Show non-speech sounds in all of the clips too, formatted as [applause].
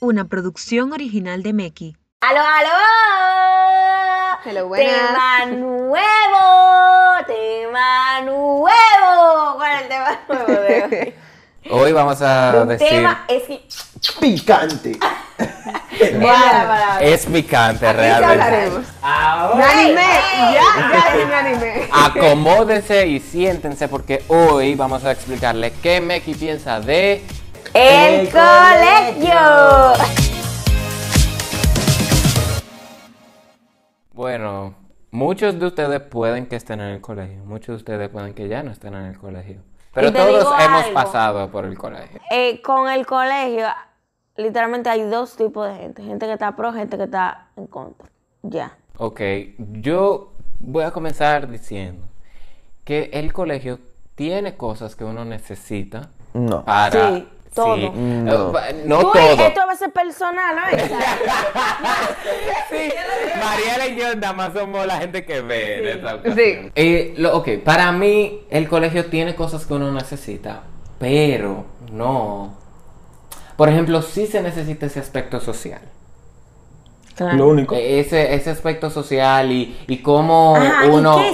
Una producción original de Meki. ¡Aló, aló! Hello, buenas. ¡Tema nuevo! ¡Tema nuevo! ¿Cuál es el tema nuevo de hoy? Hoy vamos a [laughs] Un decir. tema es que... Picante. Wow. Es picante ¿Qué realmente. hablaremos? Ahora. Me animé, ey. ya, ya me animé. Acomódense y siéntense porque hoy vamos a explicarle qué Meki piensa de. El [laughs] El colegio. colegio. Bueno, muchos de ustedes pueden que estén en el colegio, muchos de ustedes pueden que ya no estén en el colegio. Pero te digo todos hemos algo. pasado por el colegio. Eh, con el colegio, literalmente hay dos tipos de gente. Gente que está pro, gente que está en contra. Ya. Ok, yo voy a comenzar diciendo que el colegio tiene cosas que uno necesita No. para... Sí, todo. No, no Uy, todo. Esto va a ser personal, ¿no? Sí, Mariela y yo nada más somos la gente que ve en esta ocasión. Sí. Eh, lo- ok, para mí el colegio tiene cosas que uno necesita, pero no. Por ejemplo, sí se necesita ese aspecto social. Lo único. Eh, Ese, ese aspecto social y, y Ah, cómo Ajá, uno... ¿y qué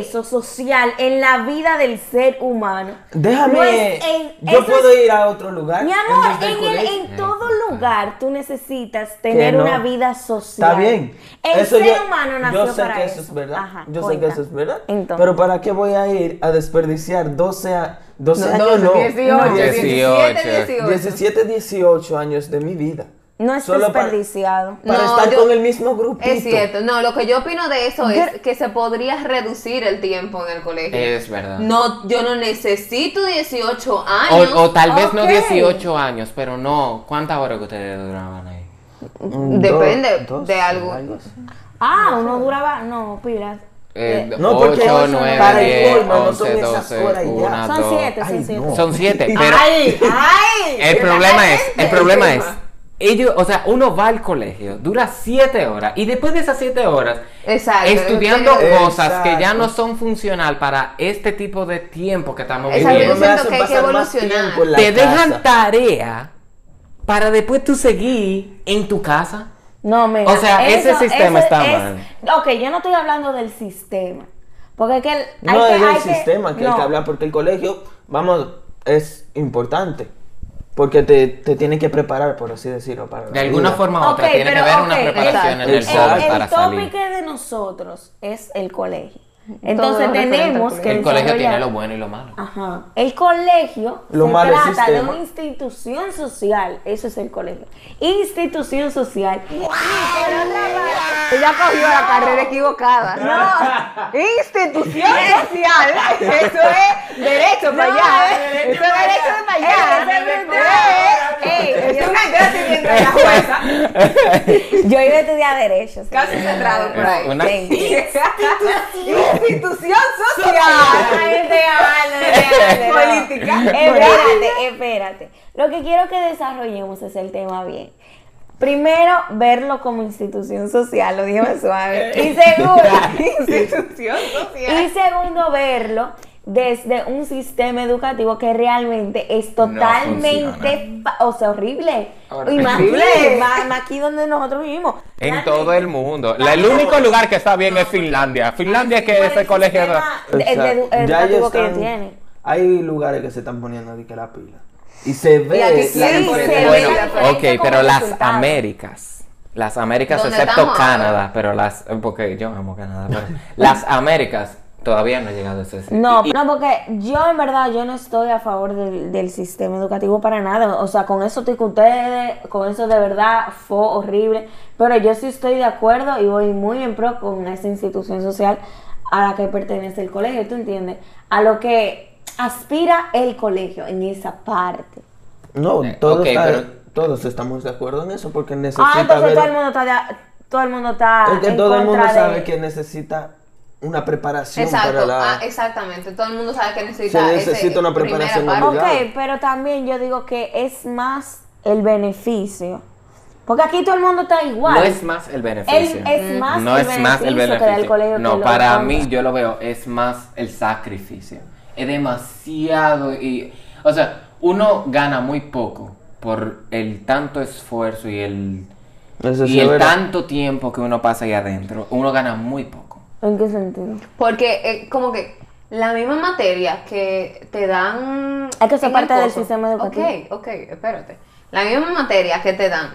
es eso social en la vida del ser humano? Déjame. No es Pues, en- Yo eso puedo es- ir a otro lugar. Mi amor, vez del en, el- colegio. en todo lugar tú necesitas tener no. una vida social. Está bien. El Eso ser yo- humano nació Yo sé para que eso. eso es verdad. Ajá, yo sé cuenta. que eso es verdad. Entonces. Pero ¿para qué voy a ir a desperdiciar 12 años? 12 No, años, no. 18, 17, 18. 18. 17, 18 años de mi vida. no es Solo para- desperdiciado. Para No, estar yo- con el mismo grupito. Es cierto, no, lo que yo opino de eso Gr- es que se podría reducir el tiempo en el colegio. Es verdad. No, yo no necesito 18 Eh. O, años. o tal vez no Ok. 18 años, pero no. ¿Cuántas horas que ustedes duraban ahí? Mm, Depende do- dos, de algo. así. Ah, uno duraba. No, pilas. Eh, No, porque 8, eso no- 9, para el 10, colmo, no son 11, esas 12, horas y ya. 1, Son 2. siete, son Ay, siete. no. Son 7, pero... ¡Ay! ¡Ay! El problema es, el problema es, problema. ellos, o sea, uno va al colegio, dura siete horas y después de esas siete horas, Exacto. estudiando Exacto. cosas que ya Exacto. no son funcional para este tipo de tiempo que estamos Exacto, viviendo, yo me siento hacen que hay que pasar más evolucionar. tiempo en la te casa. dejan tarea para después tú seguir en tu casa. No, mira. O sea, ese sistema está mal. Ok, yo no estoy hablando del sistema. Porque es que. el- hay No que- es hay el que- sistema que hay no. que hablar, porque el colegio, vamos, es importante. Porque te, te tiene que preparar, por así decirlo. Para la De alguna vida. forma u otra Ok, tiene que pero, haber ok, una preparación exacto. en el sol para El salir. tópico de nosotros es el colegio. Entonces lo referente al tenemos colegio. que El colegio tiene desarrollar- lo bueno y lo malo. Ajá. El colegio Lo se malo es trata de sistema. una institución social. Eso es el colegio. Institución social. Y por otra parte- Eh. Ella cogió la carrera equivocada. No. Institución social. Eso es derecho para ¿eh? allá. Eso es derecho para allá. Eso es- ey, Ey, Es una clase mientras la jueza. Yo iba a estudiar derecho. señor. Casi centrado por ahí. Una- Ven. Institución social. Ay, [laughs] es real, no es real, no. Política. Espérate, espérate. Lo que quiero que desarrollemos es el tema bien. Primero, verlo como institución social, lo dije más [laughs] suave. Y [laughs] segundo, Institución social. y segundo, verlo desde un sistema educativo que realmente es totalmente, fa- o sea, horrible. Horrible. Y más aquí, más- más aquí donde nosotros vivimos. En Realmente, todo el mundo. La- el único lugar que está bien es Finlandia. Finlandia es que por ese el colegio... este sistema de- de- Exacto. de- Ya ellos educativo que están- tiene. Hay lugares que se están poniendo de que la pila. Y se ve. aquí la sí, diferencia. se ve la Bueno, ok, diferencia como pero las resultado. Américas. Las Américas, ¿Dónde excepto estamos? Canadá, pero las. Porque yo amo Canadá, [laughs] pero. las Américas todavía no he llegado a ese sitio. No, no, porque yo en verdad yo no estoy a favor del, del sistema educativo para nada. O sea, con eso estoy con ustedes, con eso de verdad fue horrible. Pero yo sí estoy de acuerdo y voy muy en pro con esa institución social a la que pertenece el colegio, ¿tú entiendes? A lo que aspira el colegio en esa parte. No, Eh, todos, ok, está- pero- todos estamos de acuerdo en eso porque necesita. Ah, entonces ver- todo el mundo está, de- todo el mundo está es que en todo el mundo contra de- sabe que necesita una preparación para Exacto, la. ah, exactamente. Todo el mundo sabe que necesita. Se ese- necesita una primera preparación parte. obligada. Ah, Ok, Obligado. pero también yo digo que es más el beneficio. Porque aquí todo el mundo está igual. No es más el beneficio. El- es más no el es más el beneficio que da el colegio beneficio. que No, lo para compra. mí yo lo veo, es más el sacrificio. Es demasiado y. O sea, uno gana muy poco por el tanto esfuerzo y el, Eso sí y es el verdad. tanto tiempo que uno pasa ahí adentro, uno gana muy poco. ¿En qué sentido? Porque eh, como que la misma materia que te dan... Hay que ser en el parte del coso. sistema educativo. Ok, ok, espérate. La misma materia que te dan,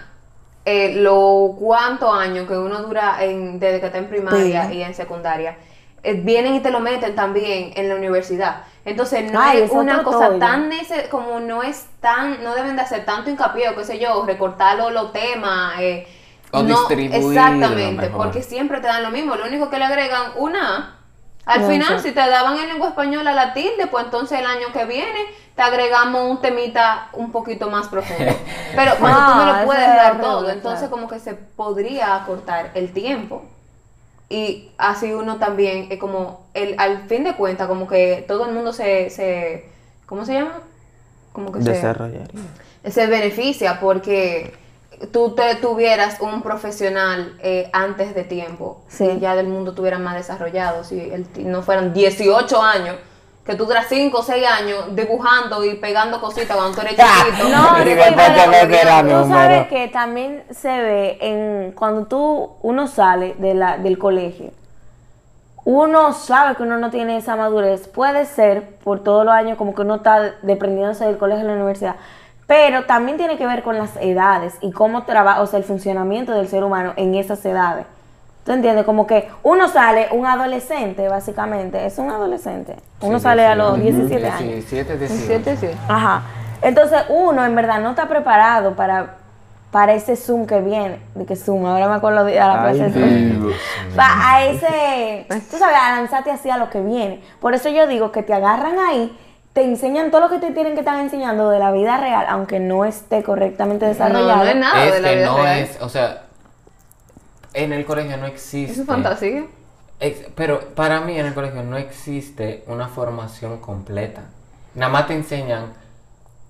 eh, lo cuántos años que uno dura en, desde que está en primaria Sí. y en secundaria, eh, vienen y te lo meten también en la universidad. Entonces no Ay, es es una otro cosa tollo. tan nece- como no es tan, no deben de hacer tanto hincapié o qué sé yo, recortar los, los temas. eh, O no, distribuirlo Exactamente, mejor. porque siempre te dan lo mismo, lo único que le agregan una A. Al Ya, final, exacto. si te daban en lengua española la tilde, pues entonces el año que viene te agregamos un temita un poquito [laughs] más profundo. Pero cuando tú no Ah, lo eso puedes es dar horrible, todo, claro. entonces como que se podría acortar el tiempo. Y así uno también, eh, como el, al fin de cuentas, como que todo el mundo se, se ¿cómo se llama? Como que se- Desarrollaría. se beneficia porque tú te tuvieras un profesional eh, antes de tiempo, Sí. si ya del mundo estuviera más desarrollado, si el ti- no fueran 18 años, que tú duras 5 o 6 años dibujando y pegando cositas cuando tú eres chiquito. No, Y sí, de repente pero ves que era tú número. sabes que también se ve en cuando tú uno sale de la, del colegio. Uno sabe que uno no tiene esa madurez. Puede ser por todos los años como que uno está deprendiéndose del colegio y la universidad. Pero también tiene que ver con las edades y cómo trabaja, o sea, el funcionamiento del ser humano en esas edades. ¿Tú entiendes? Como que uno sale, un adolescente, básicamente, es un adolescente. Uno Sí, sale a los 18, 17 años. 17, 18. 17, sí. Ajá. Entonces uno en verdad no está preparado para, para ese Zoom que viene. De que Zoom, ahora me acuerdo de a la clase de Zoom. Pa- a ese, Pues. tú sabes, a lanzarte así a lo que viene. Por eso yo digo que te agarran ahí, te enseñan todo lo que te tienen que estar enseñando de la vida real, aunque no esté correctamente desarrollado. No, no es nada es de la que vida no real. es, o sea, en el colegio no existe. Es fantasía. Ex- pero para mí en el colegio no existe una formación completa. Nada más te enseñan.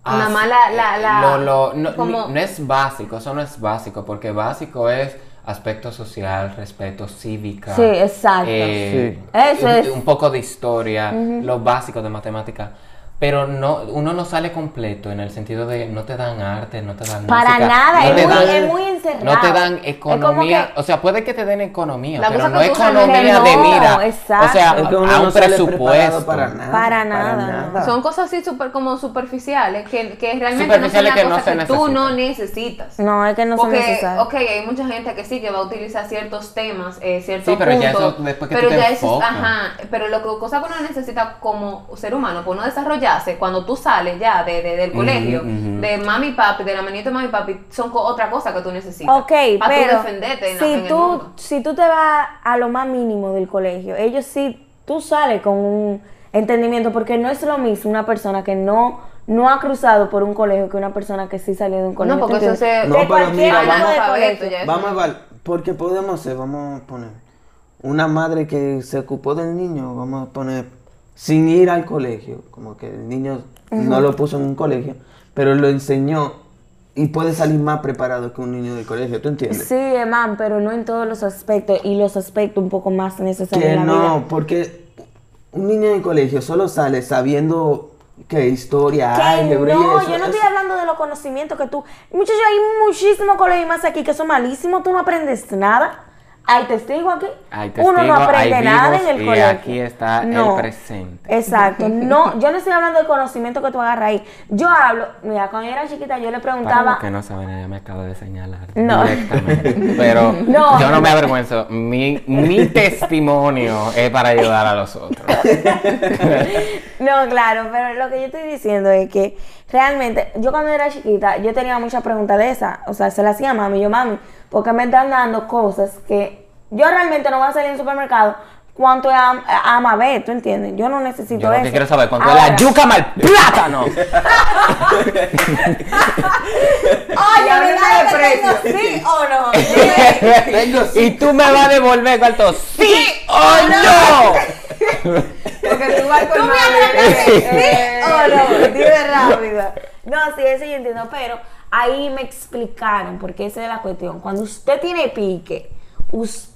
a- Nada más la- la- la- lo- lo- no, ni- como- no es básico, eso no es básico, porque básico es aspecto social, respeto cívica. Sí, exacto. eh, Sí. Eso un, es. un poco de historia, lo básico de matemática. Pero no, uno no sale completo en el sentido de no te dan arte, no te dan Para música, nada, no es te muy- dan- es muy encerrado. No te dan Es como economía, que- o sea, puede que te den economía, La pero cosa no que tú usas en el economía de reloj, mira. O sea, exacto. Es que uno a un no sale presupuesto. preparado para nada. Para nada, no. Son cosas así super como superficiales, que, que realmente no son Superficiales las que no cosas que se tú necesitan. no necesitas. No, es que no son Porque, necesarios. ok, hay mucha gente que sí, que va a utilizar ciertos temas, eh, ciertos Sí, pero ya puntos, eso después que pero tú te ya eso es- enfocas. ajá, pero lo que, cosa que uno necesita como ser humano, por uno desarrollarse, cuando tú sales ya de, de- del colegio, ujú. de mami y papi, de la manito de mami y papi, son co- otra cosa que tú necesitas. Ok, para pero tú defenderte en, la- si, en el tú, [laughs] mundo. si tú te vas a lo más mínimo del colegio, ellos sí, tú sales con un entendimiento, porque no es lo mismo una persona que no, no ha cruzado por un colegio que una persona que sí salió de un colegio. ¿tú porque eso entiendes? De se- No, pero cualquier mira, tipo de vamos- colegio. Ya, eso Vamos a no. evaluar, porque podemos ser, vamos a poner, una madre que se ocupó del niño, vamos a poner, sin ir al colegio, como que el niño no lo puso en un colegio, pero lo enseñó y puede salir más preparado que un niño del colegio, ¿tú entiendes? Sí, Emán, pero no en todos los aspectos y los aspectos un poco más necesarios Que en la no, vida. porque un niño del colegio solo sale sabiendo que historia, Que álgebra y no, eso, yo no estoy eso- hablando de los conocimientos que tú. Muchachos, hay muchísimos colegios más aquí que son malísimos, tú no aprendes nada. Hay testigos aquí. Hay Uno no testigos, aprende hay nada en vivos el y colegio. aquí está el No, presente. [laughs] Exacto. No, yo no estoy hablando del conocimiento que tú agarras ahí. Yo hablo, mira, cuando yo era chiquita yo le Para los preguntaba. que no saben, ella me acaba de señalar No. [laughs] directamente. Pero No. yo no me avergüenzo. Mi, mi testimonio es para ayudar a los otros. [laughs] No, claro, pero lo que yo estoy diciendo es que realmente, yo cuando era chiquita, yo tenía muchas preguntas de esas. O sea, se las hacía a mami, yo mami, porque me están dando cosas que yo realmente no voy a salir al supermercado cuánto es am- ama B, ¿tú entiendes? Yo no necesito Yo lo eso. que quiero saber cuánto es Ahora- la [laughs] yuca mal plátano. Oye, Ya no ¿verdad sabe que tengo sí o no? [laughs] Dime. [laughs] y tú me vas a devolver cuánto. ¡Sí o no! Porque tú vas con me madre. Oh, no, dime rápido. No, sí, eso yo entiendo, pero ahí me explicaron, porque esa es la cuestión. Cuando usted tiene pique, usted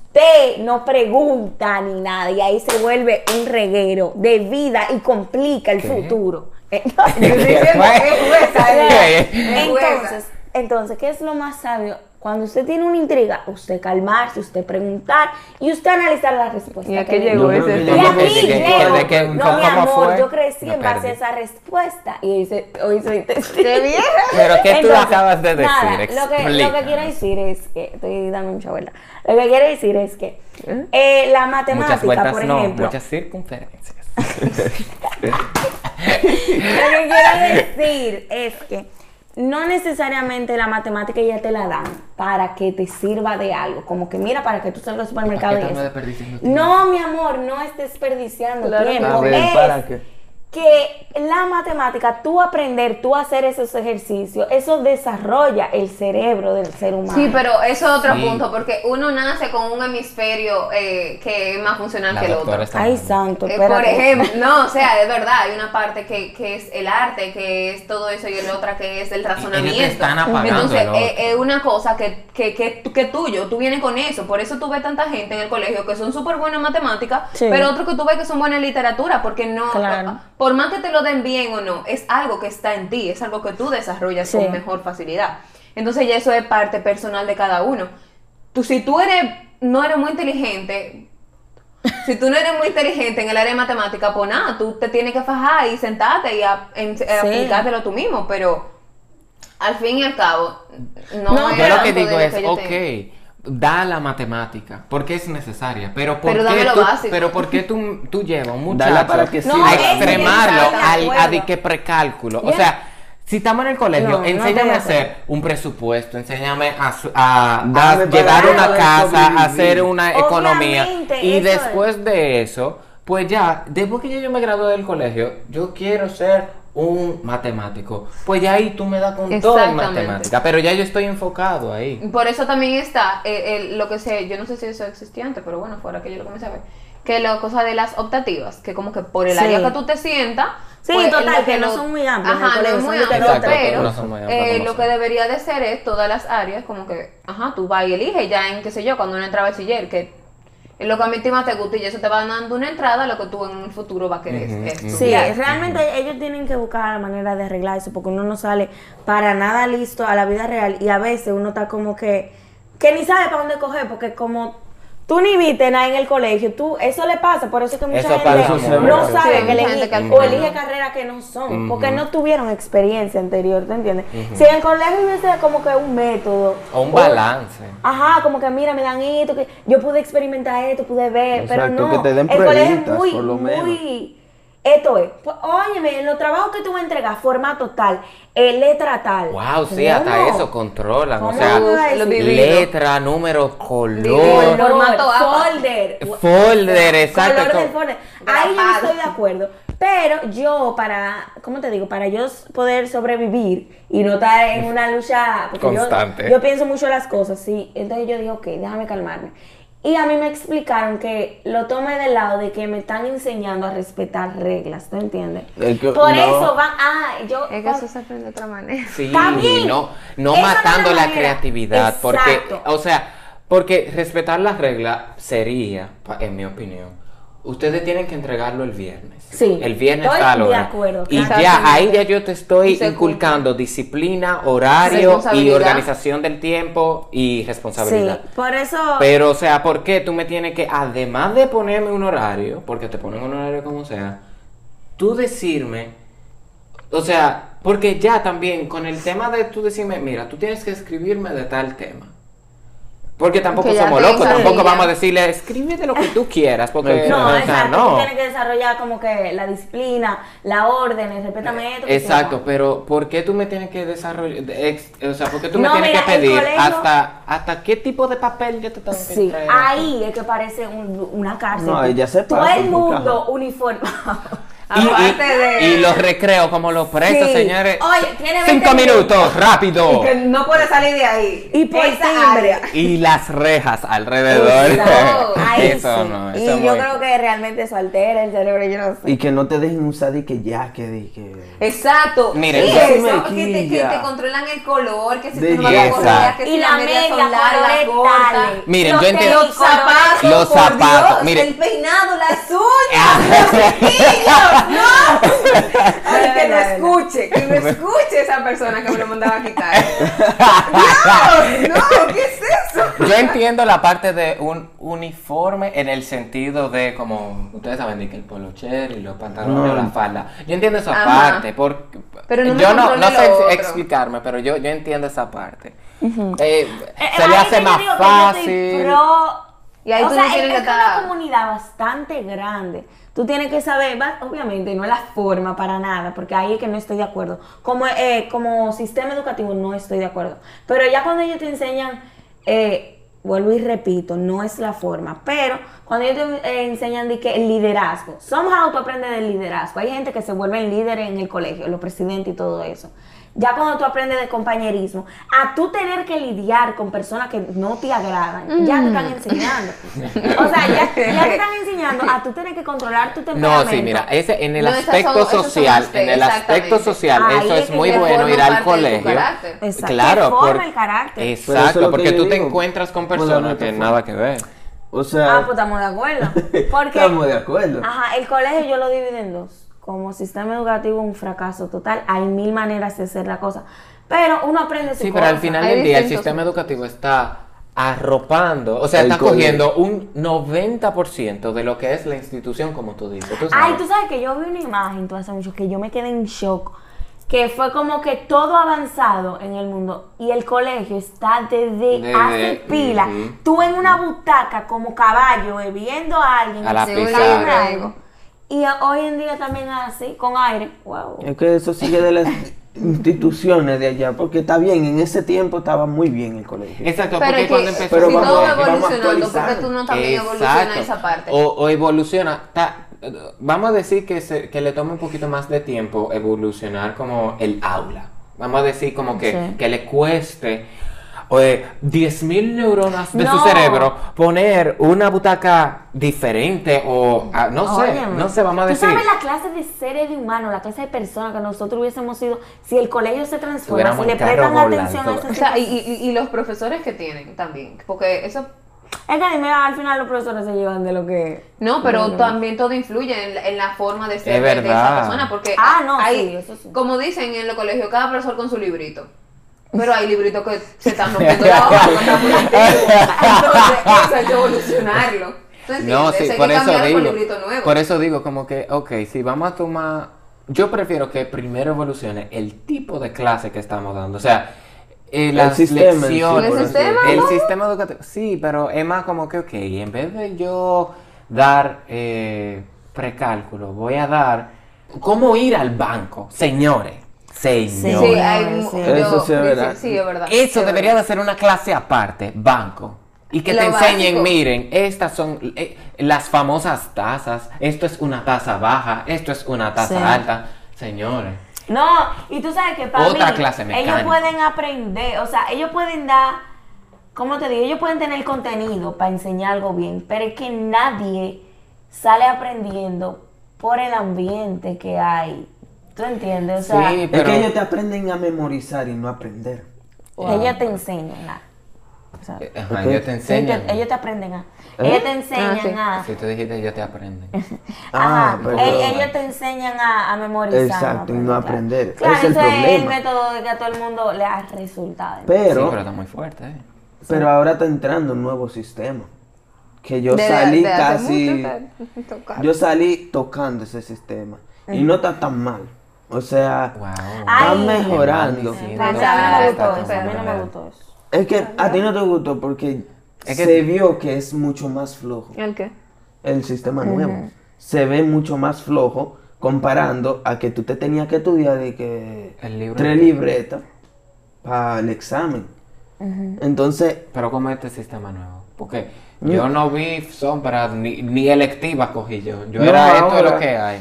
no pregunta ni nada, y ahí se vuelve un reguero de vida y complica el ¿Qué? futuro. Eh, Yo estoy diciendo que es jueza, ¿eh? Es jueza. Entonces, entonces, ¿qué es lo más sabio? Cuando usted tiene una intriga, usted calmarse, usted preguntar y usted analizar la respuesta. ¿Y a que qué le- llegó Yo creo ese? Y aquí tema? que- que ya- ¿Cómo que- llego. que- que- no, ¿cómo- mi cómo amor, fue? yo crecí Me en base a perdí. esa respuesta. Y hoy, se- hoy soy testigo. ¡Qué bien! Pero ¿qué tú Entonces, acabas de decir? nada, lo, que, lo que quiero Explícanos. decir es que, estoy dando mucha vuelta. Lo que quiero decir es que eh, la Muchas matemática, vueltas por no, ejemplo, muchas circunferencias. Lo que quiero decir es que no necesariamente la matemática ya te la dan para que te sirva de algo. Como que mira, para que tú salgas al supermercado ¿Para qué y estamos eso. desperdiciando tiempo? No, mi amor, no estés desperdiciando tiempo. A ver, Es ¿para qué? que la matemática, tú aprender, tú hacer esos ejercicios, eso desarrolla el cerebro del ser humano. [laughs] Sí, pero eso es otro Sí. punto, porque uno nace con un hemisferio eh, que es más funcional La que el doctora otro. está Ay, hablando. santo, Eh, espérate. por ejemplo, no, o sea, de verdad, hay una parte que, que es el arte, que es todo eso, y la otra que es el razonamiento. ellos te están apagando Entonces, eh, el otro. es una cosa que, que, que, que tuyo, tú vienes con eso. Por eso tú ves tanta gente en el colegio que son súper buenas en matemáticas, Sí. pero otros que tú ves que son buenas en literatura, porque no, Claro. por más que te lo den bien o no, es algo que está en ti, es algo que tú desarrollas Sí. con mejor facilidad. Entonces ya eso es parte personal de cada uno. Tú, si tú eres, no eres muy inteligente, si tú no eres muy inteligente en el área de matemática, pues nada, tú te tienes que fajar y sentarte y a- en- eh, aplicártelo tú mismo, pero al fin y al cabo, no, No, es Yo lo tanto que de digo es, yo ok, tengo. da la matemática, porque es necesaria, pero ¿por Pero qué dame lo tú, básico. pero ¿por qué tú, tú llevas un Dala muchacho para que No, a es que extremarlo yo estoy de al, a acuerdo. di que precálculo? O Ya. sea, si estamos en el colegio, No, no enséñame estoy de a hacer un presupuesto, enséñame a, su- a- a Ah, Dame para llevar poder una casa, a sobrevivir. hacer una economía. Obviamente, Y eso es. después de eso, pues ya, después que ya yo me gradué del colegio, yo quiero ser un matemático. Pues ya ahí tú me das con todo en Exactamente. matemática, pero ya yo estoy enfocado ahí. Por eso también está eh, el- lo que sé, yo no sé si eso existía antes, pero bueno, fuera que yo lo comencé a ver, que la cosa de las optativas, que como que por el Sí. área que tú te sientas, Sí, pues, total, es lo que no son muy amplias, Ajá, el no es colegio, muy son de amplio, Exacto, pero no son muy amplias eh, como lo que son. debería de ser es todas las áreas, como que, ajá, tú vas y eliges ya en, qué sé yo, cuando uno entra a bachiller, que es lo que a ti más te gusta y eso te va dando una entrada a lo que tú en un futuro vas a querer Ujú, estudiar. Sí, realmente ellos tienen que buscar la manera de arreglar eso porque uno no sale para nada listo a la vida real y a veces uno está como que que ni sabe para dónde coger porque como tú ni viste nada en el colegio, tú eso le pasa, por eso es que mucha Eso gente pasa mucho. no Sí, sabe mucha que gente elegir que o actúa, elige ¿no? carreras que no son, Ujú. porque no tuvieron experiencia anterior, ¿te entiendes? Si en el colegio hubiese como que un método O un balance. Ajá, como que mira, me dan esto, que yo pude experimentar esto, pude ver, pero Exacto, no. que te den el colegio es pruebitas, muy, por lo menos. muy. Esto es, pues, óyeme, en los trabajos que tú vas a entregar, formato tal, eh, letra tal. Wow, sí, ¿Cómo? hasta eso controlan. O ¿Cómo sea, tú vas a lo decir? vivido. letra, número, Color, color. formato APA. folder. Folder, exacto, Color del como- folder. Ahí yo no Grapado. estoy de acuerdo. Pero yo, para, ¿cómo te digo? Para yo poder sobrevivir y no estar en una lucha porque yo- Constante. Yo, pienso mucho las cosas, sí. Entonces yo digo, ok, déjame calmarme. Y a mí me explicaron que lo tome del lado de que me están enseñando a respetar reglas, ¿tú entiendes? Es que- Por no. eso van, ah, yo... Es que eso se aprende de otra [laughs] manera. Sí, Está bien. no, no Esa no es matando la la manera. creatividad. Porque, Exacto. o sea, porque respetar las reglas sería, pa- en mi opinión, ustedes tienen que entregarlo el viernes. Sí, El viernes estoy tal de hora. acuerdo, Y claro. ya, ahí ya yo te Y estoy se inculcando disciplina, horario y Responsabilidad. organización del tiempo y responsabilidad. Sí, por eso... Pero, o sea, ¿por qué tú me tienes que, además de ponerme un horario, porque te ponen un horario como sea, tú decirme, o sea, porque ya también con el tema de tú decirme, mira, tú tienes que escribirme de tal tema. Porque tampoco Que ya somos te locos, tampoco encarguilla. vamos a decirle, escribe de lo que tú quieras, porque, No, o sea, exacto. no. tú Tienes que desarrollar como que la disciplina, la orden, el respétame esto. que Eh, Exacto, sea. pero ¿por qué tú me tienes que desarrollar? de- ex- o sea, ¿por qué tú No, me tienes mira, que el pedir colegio- hasta, hasta qué tipo de papel yo te tengo que Sí, traer? ahí es que parece un- una cárcel. No, ahí ya se Todo pasa, el por mundo carajo. uniformado. Y, Aparte y- de- y los recreos como los presos, Sí. señores. Oye, tiene 20 Cinco minutos. minutos, rápido. Que no puede salir de ahí. Y por Esa timbre. área. Y las rejas alrededor. Exacto, [laughs] ahí eso sí. no, y eso yo muy- creo que realmente eso altera el cerebro, yo no sé. Y que no te dejen usar y que ya, que di, que... Exacto. Miren, sí, yo sí eso, me que, te, que quilla. te controlan el color, que si De tú no vas a belleza. correr, que Y si la media son largas, colores cortas. tales. Miren, Los yo entiendo- tenis Los colores- zapatos, Ah. Los por zapatos, Dios, miren. el peinado, las uñas, los niños, [laughs] Ay, que no escuche, que no escuche esa persona que me lo mandaba a quitar. [laughs] No, no, ¿qué es eso? Yo entiendo la parte de un uniforme en el sentido de como ustedes saben de que el polocher y los pantalones o la falda. Yo entiendo esa Ajá. parte porque Pero no me yo no, controle no sé lo otro. explicarme, pero yo, yo entiendo esa parte. Eh, se le ahí hace yo más digo que yo fácil. soy pro- Y ahí o tú sea, no tienes es, que es una estar- comunidad bastante grande. Tú tienes que saber, va- obviamente, no es la forma para nada, porque ahí es que no estoy de acuerdo. Como, eh, como sistema educativo no estoy de acuerdo. Pero ya cuando ellos te enseñan, eh, vuelvo y repito, no es la forma. Pero cuando ellos te eh, enseñan de que el liderazgo, somos autoaprendes del liderazgo. Hay gente que se vuelve líder en el colegio, los presidentes y todo eso. Ya cuando tú aprendes de compañerismo, a tú tener que lidiar con personas que no te agradan, ya te están enseñando. O sea, ya, [laughs] ya te están enseñando a tú tener que controlar tu temperamento. No, sí, mira, ese en el No, esas son- aspecto esos son social, aspectos, en el aspecto exactamente. social, Ahí eso es es que muy te bueno forma ir al parte de tu colegio. carácter. Exacto. Claro, Te forma por- el carácter. Pero eso es Exacto, lo porque que yo tú te digo. encuentras con Por la personas que plataforma. nada que ver. O Ah, sea, [laughs] pues estamos de acuerdo. Porque, estamos de acuerdo. Ajá, el colegio yo lo divido en dos. Como sistema educativo, un fracaso total. Hay mil maneras de hacer la cosa. Pero uno aprende su Sí, pero al cosa. final Hay del día el distintos- sistema educativo está arropando, o sea, El está colegio. cogiendo un 90% de lo que es la institución, como tú dices. ¿tú Ay, sabes? tú sabes que yo vi una imagen tú hace mucho que yo me quedé en shock. Que fue como que todo avanzado en el mundo y el colegio está desde Desde- hace pila. ujú. Tú en una butaca como caballo eh, viendo a alguien A la hacer pizarra. algo. Y eh, hoy en día también así, con aire. Wow. Eh, Es que eso sigue de las instituciones de allá, porque está bien, en ese tiempo estaba muy bien el colegio. Exacto, Pero porque es cuando que empezó Pero si vamos- todo va vamos a evolucionando, porque actualizar. tú no también Exacto. evolucionas esa parte. O, o evoluciona. ta- vamos a decir que, se- que le toma un poquito más de tiempo evolucionar como el aula. Vamos a decir como que, Sí. que le cueste eh, 10.000 neuronas de No. su cerebro poner una butaca diferente o ah, no sé, Óyeme, no sé, vamos a decir. ¿Tú sabes la clase de seres de humanos, la clase de personas que nosotros hubiésemos sido si el colegio se transforma, Tuviéramos si le el carro prestan volando. atención a esas O sea, y, y- y los profesores que tienen también, porque eso... Es que dime, al final los profesores se llevan de lo que. No, pero también todo influye en, la- en la forma de ser Es de- de, esa verdad. persona, porque Ah, no, hay, sí, eso sí. como dicen en los colegios, cada profesor con su librito. Pero hay libritos que se están [laughs] rompiendo la hoja, que están muy antiguos. Entonces, eso hay que evolucionarlo. ¿Tú entiendes? No, sí, hay por que eso cambiarlo digo. por librito nuevo. Por eso digo, como que, ok, si vamos a tomar. Yo prefiero que primero evolucione el tipo de clase que estamos dando. O sea, eh, las sistema en sí, lecciones. por ¿El así sistema? el decirlo. sistema educativo. Sí, pero es más como que, ok, en vez de yo dar eh, precálculo, voy a dar. ¿Cómo ir al banco? Señores. Sí, Señores. hay, Sí. yo- Eso sí es verdad. Sí, es verdad. Eso es debería verdad. de ser una clase aparte, banco. Y que Lo te enseñen, básico. miren, estas son eh, las famosas tazas. Esto es una taza baja, esto es una taza Sí. alta. Señores. No, y tú sabes que para Otra mí, clase mecánica. ellos pueden aprender, o sea, ellos pueden dar, ¿cómo te digo? Ellos pueden tener contenido para enseñar algo bien, pero es que nadie sale aprendiendo por el ambiente que hay. ¿Tú entiendes? O sea, sí, Es pero que ellos te aprenden a memorizar y no a aprender. ellos te enseñan a... o sea, Ajá, ellos te sí, te- Eh, enseñan. ellos te aprenden a... ¿Eh? Ellos te enseñan Ah, sí. a... Si tú dijiste, ellos te [laughs] aprenden. Ah, Ajá, perdón. e- ellos te enseñan a, a memorizar. Exacto, y no aprender. Claro, Es el eso es el problema. método de que a todo el mundo le ha resultado. sí, Pero, pero está muy fuerte, ¿eh? pero ahora está entrando un nuevo sistema. Que yo De- salí de hace casi. mucho, de- tocar. Yo salí tocando ese sistema. Y no está tan mal. O sea, Wow. Ay, está mejorando. Sí, Pero a mí no me gustó eso, a mí no me gustó eso. Es que a ti no te gustó porque Es que- se vio que es mucho más flojo ¿El qué? el sistema nuevo. Se ve mucho más flojo comparando a que tú te tenías que estudiar de que El libro. tres libretas para el examen. Entonces, Pero como este sistema nuevo. Porque yo no vi sombras ni, ni electivas cogí yo. Yo No, era esto es ahora- lo que hay.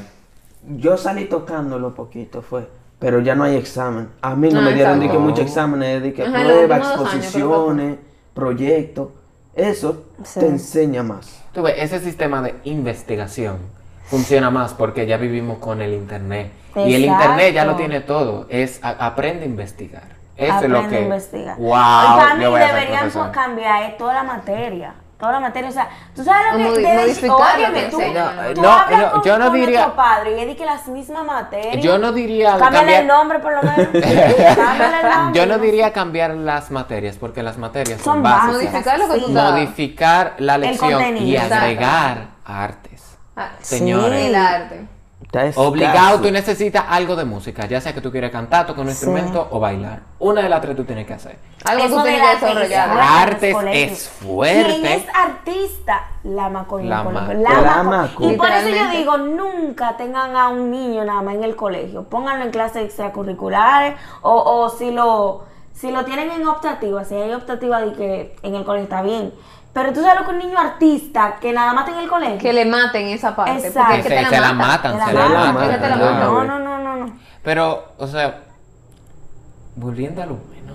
yo salí tocándolo poquito, fue. Pero ya no hay examen. A mí no No, me dieron de que exacto. muchos exámenes, de que Ajá, los pruebas, últimos dos años, exposiciones, proyectos. Eso Sí. te enseña más. Tú ves, ese sistema de investigación funciona más porque ya vivimos con el internet. Y el Exacto. internet ya lo tiene todo. Es a- aprende a investigar. Eso es Aprende lo que. a investigar. Wow. para mí yo voy a ser deberían profesor. pues, cambiar eh, toda la materia. Toda la materia, o sea, tú sabes lo que Modi- te dice- modificar lo óyeme, que tú, enseñan. tú No, hablas no, con- yo no con diría- nuestro padre y es de que las mismas materias. Yo no diría Cámbiale cambiar- el [laughs] nombre por lo menos. Cámbiale el nombre. Yo no diría cambiar las materias, porque las materias son, son básicas. básicas. Modificar lo que tú sí. sabes. Modificar la El lección y contenido. agregar artes. Ah, Señores. El arte. Está escaso. Obligado, tú necesitas algo de música, ya sea que tú quieras cantar, tocar un instrumento o bailar. Una de las tres tú tienes que hacer. Algo que Eso tú de tienes que las desarrollar. artes Artes en los colegios. es fuerte. ¿Quién es artista? La macoña. La colegio. ma- la maco- maco- Y por eso yo Literalmente. digo, nunca tengan a un niño nada más en el colegio. Pónganlo en clases extracurriculares o, o si lo si lo tienen en optativa, si hay optativa de que en el colegio está bien. Pero tú sabes lo que un niño artista que nada más está en el colegio. Que le maten esa parte. Exacto. Porque es que Se- te se la la matan. matan, Que la se la matan, matan, que te la claro. matan. No, no, no, no, no. Pero, o sea, volviendo a lo bueno.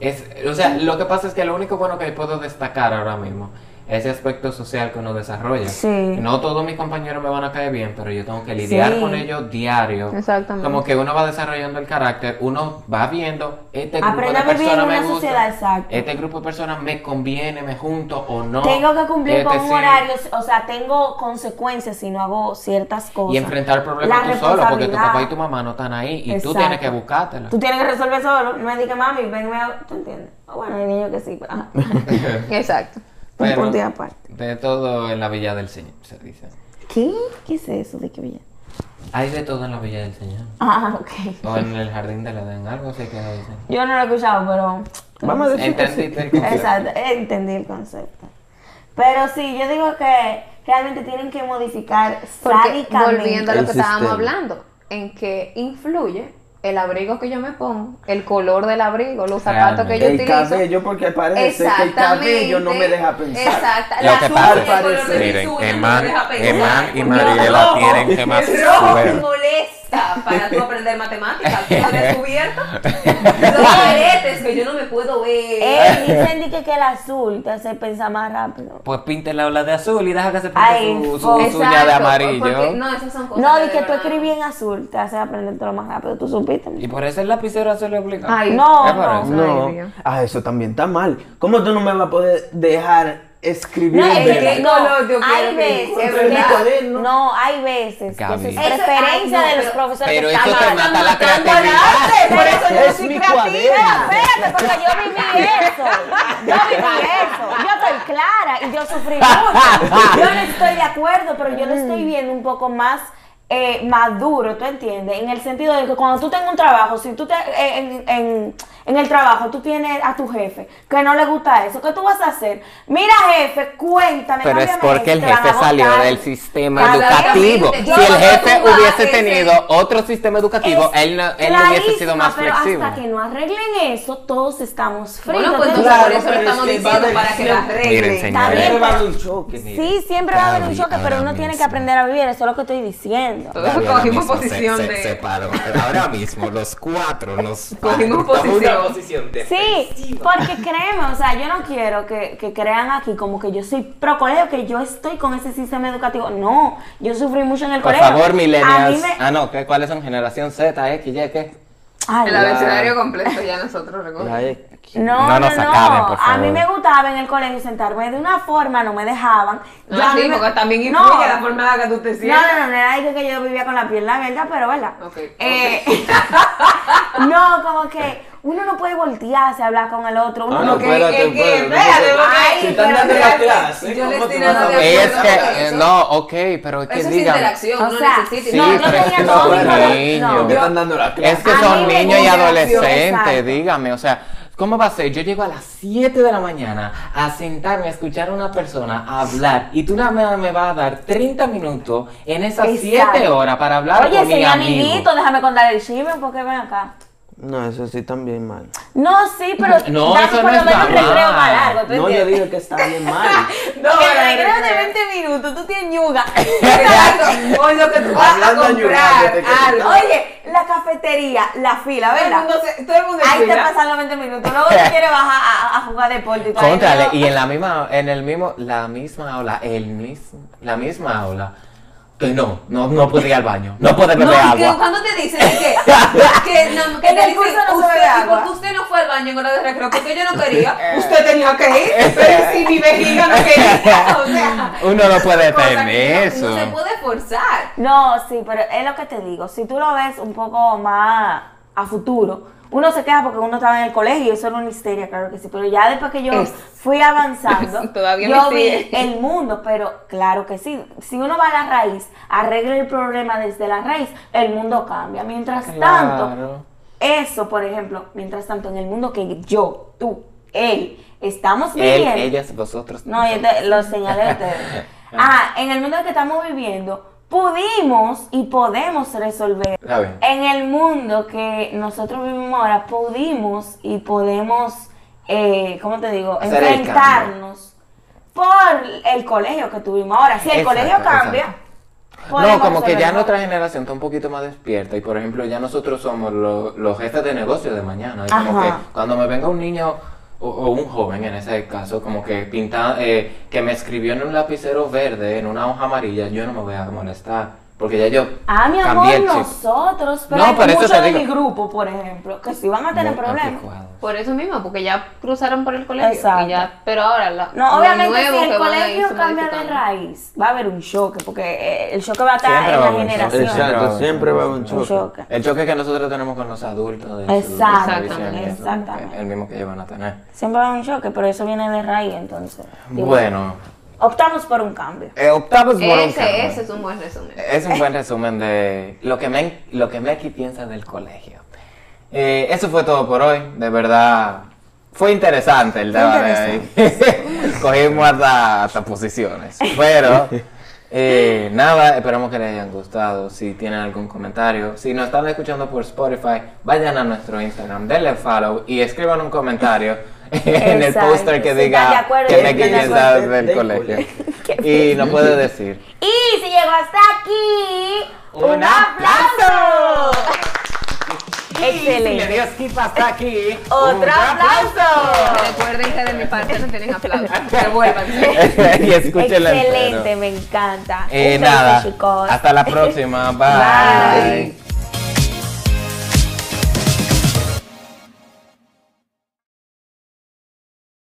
Es, o sea, lo que pasa es que lo único bueno que puedo destacar ahora mismo es ese aspecto social que uno desarrolla. Sí. No todos mis compañeros me van a caer bien, pero yo tengo que lidiar Sí. con ellos diario. Exactamente. Como que uno va desarrollando el carácter, uno va viendo, este grupo Aprende a de vivir personas en me una gusta, sociedad, exacto. este grupo de personas me conviene, me junto o no. Tengo que cumplir este con un sí. horario, o sea, tengo consecuencias si no hago ciertas cosas. Y enfrentar problemas La tú solo, porque tu papá y responsabilidad. tu mamá no están ahí y tú Exacto. tienes que buscártelo. Tú tienes que resolver solo. No es de que mami, venme a. ¿Tú entiendes? Ah, Bueno, hay niños que sí. pero, [laughs] ajá. Exacto. Un Pero- punto y aparte. De todo en la Villa del Señor, se dice. ¿Qué? ¿Qué es eso de que bien? Hay de todo en la Villa del Señor. Ah, ok. O en el jardín de la den algo así que lo dicen. Yo no lo he escuchado, pero. Vamos a decir que sí. Entendiste el concepto. Exacto, entendí el concepto. Pero sí, yo digo que realmente tienen que modificar Porque sádicamente. volviendo a lo El que estábamos sistema. hablando, en que influye el abrigo que yo me pongo, el color del abrigo, los zapatos que yo Realmente. El utilizo. cabello, porque parece que el cabello no me deja pensar. Exacto. Lo La que uñas, pasa- el color de mis Miren, uñas no me Emán, deja pensar. Emán y Mariela tienen temas [laughs] El rojo te súper. molesta para tú aprender matemáticas. Tú lo has descubierto. Los aretes que yo no me puedo ver. Eh, dicen de que, que el azul te hace pensar más rápido. Pues pinte la ola de azul y deja que se pinte Ay, su, su fo- uña de pues, Exacto, porque- amarillo. no, esas son cosas. No, de de que tú verdad. escribí en azul te hace aprender todo lo más rápido. ¿Tú supiste? Y por eso el lapicero azul es obligado. Ay, ¿Qué No, parece? no. No. Ay, Dios. Ah, eso también está mal. ¿Cómo tú no me vas a poder dejar escribir No, es en que- vela? que no, color yo hay quiero que veces, encuentre en mi ¿verdad? cuaderno? no, hay veces que eso Gaby. es Eso- preferencia ay, no, de los pero- profesores Pero que está eso te mal. mata la creatividad. [laughs] arte, por eso yo no Es soy mi creativa. cuaderno. Espérate, porque yo [laughs] viví eso. Yo viví eso. Yo estoy clara y [laughs] yo sufrí mucho. Yo no estoy de acuerdo, pero yo lo estoy viendo un poco más eh, maduro, ¿tú entiendes? En el sentido de que cuando tú tengas un trabajo, si tú te, eh, en, en- en el trabajo tú tienes a tu jefe que no le gusta eso, ¿qué tú vas a hacer? Mira, jefe, cuéntame. Pero es cámbiame porque el esto, jefe trabajo salió tal. del sistema Claramente, educativo. yo Si no el jefe tuve hubiese ese- tenido otro sistema educativo, Es él no, él no hubiese sido clarísima, más pero flexible. Hasta que no arreglen eso, todos estamos fritos. Bueno, pues este, Entonces, entonces por Claro, eso lo pero estamos es que va diciendo de para que la siempre. arreglen. Miren, Está señores. bien. Siempre va a haber un choque. Sí, siempre va a haber un Gaby, choque, pero ahora uno tiene que mismo. aprender a vivir, eso es lo que estoy diciendo. Todos Ahora cogimos mismo se- posición se, de- se paró. Ahora mismo, los cuatro, los Cogimos posición. Sí, porque créeme, o sea, yo no quiero que, que crean aquí como que yo soy pro colegio, que yo estoy con ese sistema educativo. No, yo sufrí mucho en el Por colegio. favor, A mí millennials. me- Ah, no, ¿qué- ¿cuáles son? Generación Z, X, Y, ¿qué? Ay, El abecedario completo ya nosotros recogimos. La E. No, No no, nos no. acaben, por A mí favor. me gustaba en el colegio sentarme de una forma, no me dejaban. No, Yo a sí, mí me- porque también influye No. la forma en la que tú te No, sientes. no, no, no era de que yo vivía con la pierna abierta, pero ¿verdad? Ok, Eh, [laughs] no, como que uno no puede voltearse a hablar con el otro. Uno Ah, no no, Ok, pues. espérate, es que, espérate. espérate, porque- Ay, Si están pero dando la espérate, clase, yo le ¿cómo estoy tú vas a dando ver? de Es acuerdo que, con eh, eso. no, ok, pero es que Eso es digan. interacción, O uno sea, necesita no, yo Sí, pero tenía es que todo mi son colegio. niños. No, Te están dando la clase. Es que A mí son me niños y gusta, adolescentes, exacto. dígame, o sea, ¿cómo va a ser? Yo llego a las 7 de la mañana a sentarme a escuchar a una persona hablar y tú nada más me vas a dar 30 minutos en esas Exacto. 7 horas para hablar Oye, con mi señor amigo. amiguito, déjame contar el chisme porque ven acá. No, eso sí también mal. No, sí, pero [laughs] No, dame eso por no lo está menos un recreo mal. más largo, ¿tú No, yo entiendes? digo que está bien mal. No, Que la el recreo de verdad. 20 minutos, tú tienes yuga. [laughs] Exacto, con lo que tú vas a Hablando ayudándote, comprar que algo. Oye, la cafetería, la fila, Todo el ¿verdad? mundo se- todo el mundo Ahí te fila. pasan los 20 minutos. Luego [laughs] tú quieres bajar a, a jugar deporte y todo. Contrale, Pero- y en la misma, en el mismo, la misma aula, el mismo, la misma aula. eh, no, no, no puedo ir al baño, no puedo beber No, que agua. cuando te dicen es que, que, no, que En te el dicen, curso no se usted, bebe ¿y agua. por qué usted no fue al baño en hora de recreo? Porque yo no [laughs] quería. Usted tenía que ir, pero si mi vejiga no quería. O [laughs] sea, Uno no puede Cosa que no- tener eso. No se puede forzar. No, sí, pero es lo que te digo. Si tú lo ves un poco más a futuro, uno se queja porque uno estaba en el colegio y eso era una histeria, claro que sí. Pero ya después que yo Es- fui avanzando, [laughs] Todavía me yo vi sigue. el mundo, pero claro que sí. Si uno va a la raíz, arregla el problema desde la raíz, el mundo cambia. Mientras tanto, Claro. eso, por ejemplo, mientras tanto, en el mundo que yo, tú, él, estamos Él, viviendo. ellas, vosotros. No, este, yo te lo señalé a [laughs] ustedes. Ah, en el mundo en el que estamos viviendo, pudimos y podemos resolver. Está bien. En el mundo que nosotros vivimos ahora, pudimos y podemos, eh, ¿cómo te digo? Hacer el cambio. Enfrentarnos por el colegio que tuvimos ahora. Si el Exacto, colegio cambia, exacto. podemos no, como que ya resolverlo. nuestra generación está un poquito más despierta y por ejemplo ya nosotros somos lo- los jefes de negocio de mañana. Y como Ajá. que cuando me venga un niño o, o un joven en ese caso, como que pinta, eh, que me escribió en un lapicero verde, en una hoja amarilla, yo no me voy a molestar. Porque ya yo Ah, mi cambié amor, el chip. nosotros, pero No, hay pero eso muchos te de digo. mi grupo, por ejemplo, que sí van a tener Muy problemas. anticuado. Por eso mismo, porque ya cruzaron por el colegio. Exacto. y ya- pero ahora, la, No, lo obviamente nuevo si el que van a ir colegio se cambia de modificando. raíz, va a haber un choque, porque eh, el choque va a estar Siempre en va a la haber un choque. generación. Exacto, siempre va a haber un Un choque. choque. El choque que nosotros tenemos con los adultos. de su- de su Exactamente, visión, que es exactamente. El mismo que ellos van a tener. Siempre va a haber un choque, pero eso viene de raíz, entonces. digo, Bueno, Optamos por un cambio. eh, optamos por un Ese, cambio. ese es un buen resumen. [laughs] [laughs] Es un buen resumen de lo que, me, lo que Meki piensa del colegio. Eh, eso fue todo por hoy, de verdad. Fue interesante el tema de hoy. [laughs] Cogimos hasta, hasta posiciones. Pero, eh, nada, esperamos que les hayan gustado. Si tienen algún comentario, si nos están escuchando por Spotify, vayan a nuestro Instagram, denle follow y escriban un comentario [laughs] en el Exacto. póster que Si están de diga acuerdo, que si Meki están de piensa acuerdo. del Del colegio. colegio. Y nos puede decir. Y si llegó hasta aquí, ¡Un aplauso! Excelente. Dios skip hasta aquí. [laughs] ¡Otro aplauso! Recuerden que de mi parte no tienen aplausos. [laughs] Revuélvanse. [laughs] y escúchenlo entero. Excelente, me encanta. Eh, Un beso, nada. chicos. [laughs] Hasta la próxima. Bye. Bye.